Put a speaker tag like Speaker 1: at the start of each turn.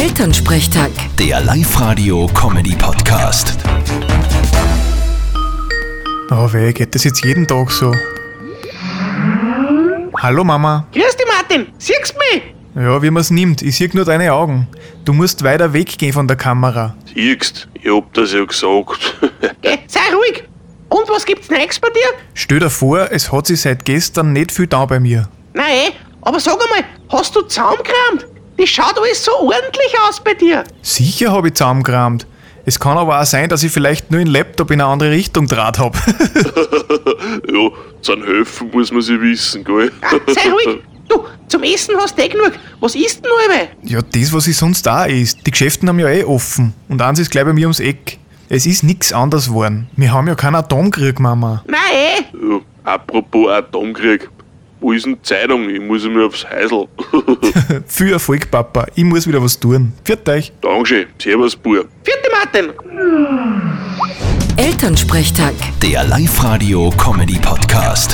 Speaker 1: Elternsprechtag.
Speaker 2: Der Live-Radio-Comedy-Podcast.
Speaker 3: Oh weh, geht das jetzt jeden Tag so? Hallo Mama.
Speaker 4: Grüß dich, Martin. Siehst du mich?
Speaker 3: Ja, wie man's nimmt, ich sehe nur deine Augen. Du musst weiter weggehen von der Kamera.
Speaker 5: Siehst, ich hab das ja gesagt.
Speaker 4: Geh, sei ruhig. Und was gibt's Neues bei dir?
Speaker 3: Stell dir vor, es hat sich seit gestern nicht viel da bei mir.
Speaker 4: Na eh, aber sag einmal, hast du zusammengekramt? Das schaut alles so ordentlich aus bei dir.
Speaker 3: Sicher habe ich zusammengekramt. Es kann aber auch sein, dass ich vielleicht nur den Laptop in eine andere Richtung draht habe.
Speaker 5: ja, zum Helfen muss man sie wissen, gell?
Speaker 4: Ah, sei ruhig. Du, zum Essen hast du eh genug. Was isst denn noch einmal?
Speaker 3: ja, das, was ich sonst da ist. Die Geschäften haben ja eh offen. Und eins ist gleich bei mir ums Eck. Es ist nichts anders geworden. Wir haben ja keinen Atomkrieg, Mama.
Speaker 4: Na eh,
Speaker 5: Ja, apropos Atomkrieg. Wo ist denn die Zeitung? Ich muss mir aufs Häusl.
Speaker 3: Viel Erfolg, Papa. Ich muss wieder was tun. Viert euch.
Speaker 5: Dankeschön. Servus, Bub.
Speaker 4: vierte Martin.
Speaker 1: Elternsprechtag.
Speaker 2: Der Live-Radio-Comedy-Podcast.